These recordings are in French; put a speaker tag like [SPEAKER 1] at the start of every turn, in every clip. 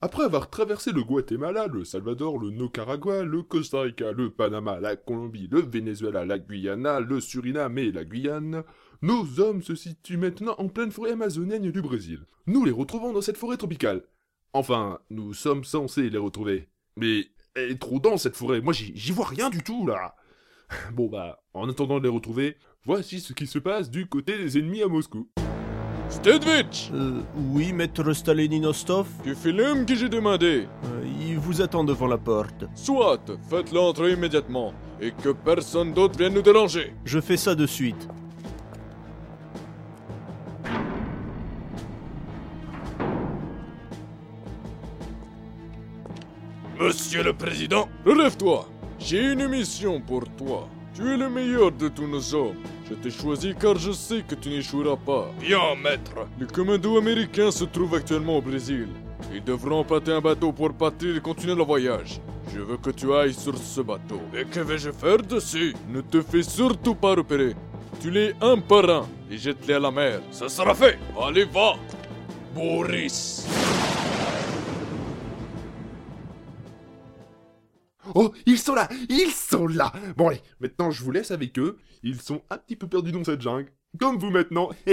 [SPEAKER 1] Après avoir traversé le Guatemala, le Salvador, le Nicaragua, le Costa Rica, le Panama, la Colombie, le Venezuela, la Guyana, le Suriname et la Guyane, nos hommes se situent maintenant en pleine forêt amazonienne du Brésil. Nous les retrouvons dans cette forêt tropicale. Enfin, nous sommes censés les retrouver. Mais elle est trop dense cette forêt, moi j'y j'y vois rien du tout là. Bon bah, en attendant de les retrouver, voici ce qui se passe du côté des ennemis à Moscou.
[SPEAKER 2] Stedvich
[SPEAKER 3] Euh, oui, maître Stalininostov
[SPEAKER 2] Tu fais l'homme que j'ai demandé
[SPEAKER 3] Euh, Il vous attend devant la porte.
[SPEAKER 2] Soit, faites-le entrer immédiatement, et que personne d'autre vienne nous déranger
[SPEAKER 3] Je fais ça de suite.
[SPEAKER 2] Monsieur le Président Relève-toi J'ai une mission pour toi. Tu es le meilleur de tous nos hommes. Je t'ai choisi car je sais que tu n'échoueras pas. Bien, maître Le commando américain se trouve actuellement au Brésil. Ils devront empâter un bateau pour partir et continuer le voyage. Je veux que tu ailles sur ce bateau. Et que vais-je faire dessus Ne te fais surtout pas repérer. Tu les un par un et jette-les à la mer. Ça sera fait Allez, va Boris
[SPEAKER 1] Oh, ils sont là Ils sont là Bon allez, maintenant je vous laisse avec eux. Ils sont un petit peu perdus dans cette jungle. Comme vous maintenant.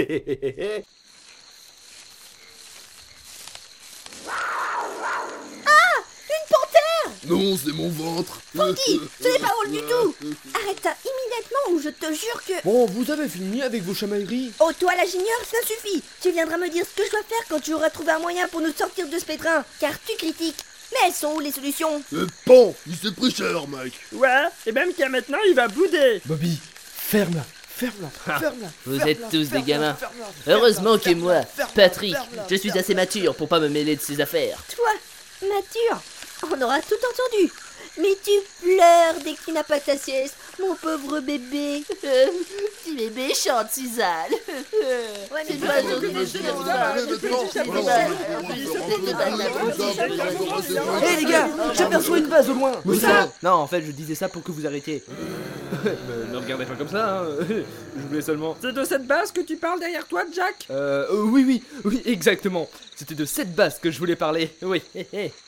[SPEAKER 4] Une panthère
[SPEAKER 5] Non, c'est mon ventre.
[SPEAKER 4] Frankie, ce n'est pas drôle du tout Arrête ça immédiatement ou je te jure que...
[SPEAKER 6] Bon, vous avez fini avec vos chamailleries
[SPEAKER 4] Oh toi la j'ignore, ça suffit Tu viendras me dire ce que je dois faire quand tu auras trouvé un moyen pour nous sortir de ce pétrin, car tu critiques Mais elles sont où les solutions
[SPEAKER 5] Euh, pan, il s'est pris cher, mec.
[SPEAKER 7] Ouais, et même qu'à maintenant, il va bouder
[SPEAKER 6] Bobby, ferme-la Ferme-la Ferme-la
[SPEAKER 8] vous
[SPEAKER 6] ferme-la,
[SPEAKER 8] êtes tous des
[SPEAKER 6] ferme-la,
[SPEAKER 8] gamins.
[SPEAKER 6] ferme-la, ferme-la,
[SPEAKER 8] Heureusement que
[SPEAKER 6] ferme-la,
[SPEAKER 8] moi,
[SPEAKER 6] ferme-la,
[SPEAKER 8] Patrick,
[SPEAKER 6] ferme-la,
[SPEAKER 8] je suis
[SPEAKER 6] ferme-la.
[SPEAKER 8] assez mature pour pas me mêler de ces affaires.
[SPEAKER 4] Toi, mature, on aura tout entendu Mais tu pleures dès que tu n'as pas ta sieste, mon pauvre bébé
[SPEAKER 8] Petit bébé chante, Suzanne.
[SPEAKER 4] Ouais,
[SPEAKER 8] C'est
[SPEAKER 4] mais
[SPEAKER 8] pas
[SPEAKER 4] toi,
[SPEAKER 8] gentil de dire
[SPEAKER 4] tu
[SPEAKER 8] ça.
[SPEAKER 5] Allez, maintenant,
[SPEAKER 8] plus
[SPEAKER 5] alors,
[SPEAKER 8] jamais.
[SPEAKER 5] on va
[SPEAKER 8] Plus
[SPEAKER 5] faire
[SPEAKER 8] jamais.
[SPEAKER 5] un peu de bruit, comme ça, on va
[SPEAKER 6] Hé les gars, j'aperçois une base au loin
[SPEAKER 5] Mais ça
[SPEAKER 9] Non, en fait, je disais ça pour que vous arrêtiez. ne, ne regardez pas comme ça, hein. Je voulais seulement.
[SPEAKER 7] C'est de cette base que tu parles derrière toi, Jack
[SPEAKER 9] Euh, euh, oui, oui, oui, exactement. C'était de cette base que je voulais parler. Oui, hé, hé.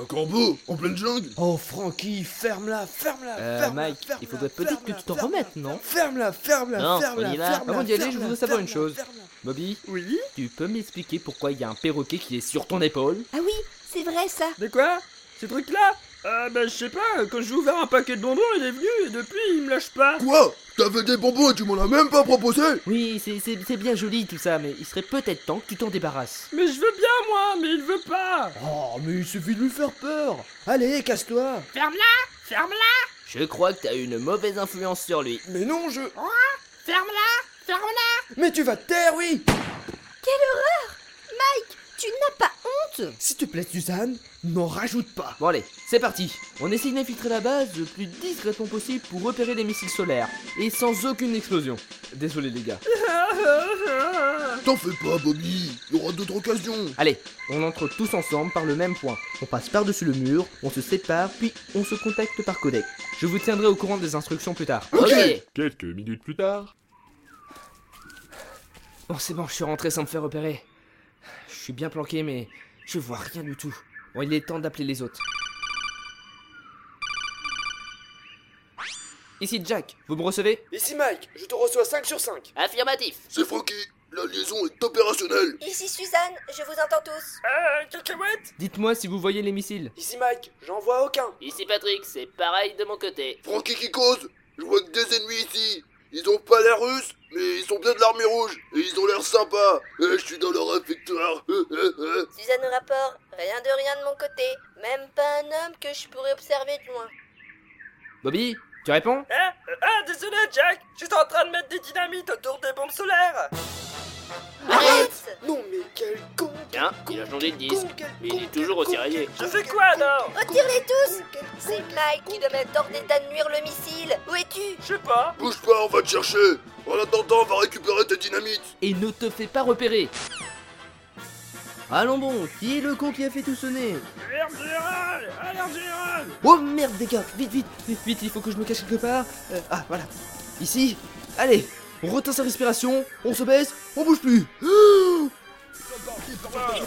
[SPEAKER 5] Un corbeau, en pleine jungle
[SPEAKER 6] Oh Francky, ferme-la, ferme-la,
[SPEAKER 9] Euh,
[SPEAKER 6] ferme-la,
[SPEAKER 9] Mike,
[SPEAKER 6] ferme-la,
[SPEAKER 9] il faudrait peut-être
[SPEAKER 6] ferme-la,
[SPEAKER 9] que tu t'en
[SPEAKER 6] ferme-la,
[SPEAKER 9] remettes, non
[SPEAKER 6] Ferme-la, ferme-la,
[SPEAKER 8] Non, on
[SPEAKER 6] ferme-la,
[SPEAKER 8] y va.
[SPEAKER 6] ferme-la,
[SPEAKER 9] Avant d'y aller, je
[SPEAKER 6] ferme-la,
[SPEAKER 9] voudrais savoir une
[SPEAKER 6] ferme-la,
[SPEAKER 9] chose.
[SPEAKER 6] ferme-la.
[SPEAKER 9] Bobby,
[SPEAKER 7] Oui
[SPEAKER 9] tu peux m'expliquer pourquoi il y a un perroquet qui est sur ton épaule
[SPEAKER 4] Ah oui, c'est vrai ça
[SPEAKER 7] De quoi Ces trucs-là Euh, bah, je sais pas, quand j'ai ouvert un paquet de bonbons, il est venu, et depuis, il me lâche pas
[SPEAKER 5] Quoi T'avais des bonbons et tu m'en as même pas proposé
[SPEAKER 9] Oui, c'est- c'est c'est bien joli tout ça, mais il serait peut-être temps que tu t'en débarrasses.
[SPEAKER 7] Mais je veux bien, moi, mais il veut pas
[SPEAKER 6] Oh, mais il suffit de lui faire peur Allez, casse-toi
[SPEAKER 8] Je crois que t'as eu une mauvaise influence sur lui.
[SPEAKER 6] Mais non, je... Ferme-la Ferme-la Mais tu vas te taire, oui
[SPEAKER 4] Tu n'as pas honte
[SPEAKER 6] S'il te plaît, Suzanne, n'en rajoute
[SPEAKER 8] Ah,
[SPEAKER 6] pas
[SPEAKER 9] Bon allez, c'est parti On essaye d'infiltrer la base le plus discrètement possible pour repérer les missiles solaires. Et sans aucune explosion. Désolé les gars.
[SPEAKER 5] T'en fais pas, Bobby. Il y aura d'autres occasions.
[SPEAKER 9] Allez, on entre tous ensemble par le même point. On passe par-dessus le mur, on se sépare, puis on se contacte par codec. Je vous tiendrai au courant des instructions plus tard.
[SPEAKER 8] Ok.
[SPEAKER 1] Quelques minutes plus tard.
[SPEAKER 9] Bon, c'est bon, je suis rentré sans me faire repérer. Je suis bien planqué, mais je vois rien du tout. Bon, il est temps d'appeler les autres. Ici Jack, vous me recevez
[SPEAKER 6] Ici Mike, je te reçois 5 sur 5
[SPEAKER 8] Affirmatif.
[SPEAKER 5] C'est Francky. La liaison est opérationnelle.
[SPEAKER 4] Ici Suzanne, je vous entends tous
[SPEAKER 7] Euh, cacahuète
[SPEAKER 9] Dites-moi si vous voyez les missiles.
[SPEAKER 6] Ici Mike, j'en vois aucun
[SPEAKER 8] Ici Patrick, c'est pareil de mon côté.
[SPEAKER 5] Francky qui cause Je vois que des ennemis ici. Ils ont pas l'air russes, mais ils sont bien de l'armée rouge. Et ils ont l'air sympas. Et je suis dans leur réfectoire. Eh,
[SPEAKER 4] Suzanne au rapport, rien de rien de mon côté, même pas un homme que je pourrais observer de loin.
[SPEAKER 9] Bobby, tu réponds
[SPEAKER 7] Hein Ah, désolé, Jack J'étais en train de mettre des dynamites autour des bombes solaires
[SPEAKER 4] Arrête
[SPEAKER 6] Non mais quel con
[SPEAKER 8] Tiens, il a changé de disque, mais il est toujours aussi rayé.
[SPEAKER 7] Je fais quoi, alors
[SPEAKER 4] Retire-les tous C'est Mike qui doit mettre hors d'état de nuire le missile Où es-tu
[SPEAKER 7] Je sais pas
[SPEAKER 5] Bouge pas, on va te chercher. En attendant, on va récupérer tes dynamites.
[SPEAKER 8] Et ne te fais pas repérer.
[SPEAKER 9] Allons bon, qui est le con qui a fait tout sonner
[SPEAKER 7] Alerte générale Alerte générale
[SPEAKER 9] Oh merde les gars, vite vite, vite vite, il faut que je me cache quelque part. Euh, ah voilà, ici. Allez, on retient sa respiration, on se baisse, on bouge plus.
[SPEAKER 5] Parti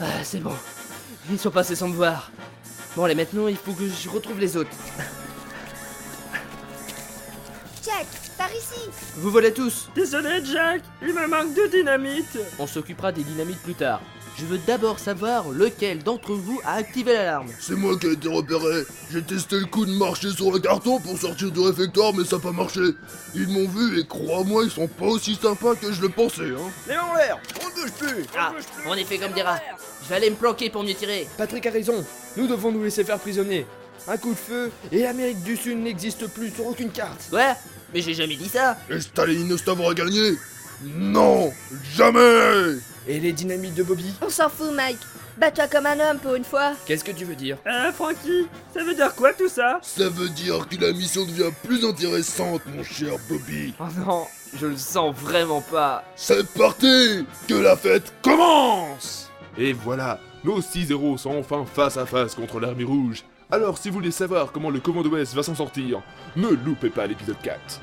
[SPEAKER 9] Ah, c'est bon. Ils sont passés sans me voir. Bon, allez, maintenant, il faut que je retrouve les autres.
[SPEAKER 4] Jack, par ici
[SPEAKER 9] Vous volez tous.
[SPEAKER 7] Désolé, Jack, il me manque de dynamite.
[SPEAKER 9] On s'occupera des dynamites plus tard. Je veux d'abord savoir lequel d'entre vous a activé l'alarme.
[SPEAKER 5] C'est moi qui ai été repéré. J'ai testé le coup de marcher sur un carton pour sortir du réfectoire, mais ça n'a pas marché. Ils m'ont vu et crois-moi, ils sont pas aussi sympas que je le pensais, hein.
[SPEAKER 8] Ah, on est fait comme des rats. Je vais aller me planquer pour mieux tirer.
[SPEAKER 6] Patrick a raison, nous devons nous laisser faire prisonniers. Un coup de feu et l'Amérique du Sud n'existe plus sur aucune carte.
[SPEAKER 8] Ouais, mais j'ai jamais dit ça.
[SPEAKER 5] Et Staline aura gagné Non Jamais
[SPEAKER 6] Et les dynamites de Bobby
[SPEAKER 4] On s'en fout, Mike. Bats-toi comme un homme pour une fois.
[SPEAKER 9] Qu'est-ce que tu veux dire
[SPEAKER 7] Eh, Frankie, ça veut dire quoi tout ça
[SPEAKER 5] Ça veut dire que la mission devient plus intéressante, mon cher Bobby.
[SPEAKER 9] Oh non, je le sens vraiment pas.
[SPEAKER 5] C'est parti Que la fête commence
[SPEAKER 1] Et voilà, nos 6 héros sont enfin face à face contre l'armée rouge. Alors si vous voulez savoir comment le commando S va s'en sortir, ne loupez pas l'épisode 4.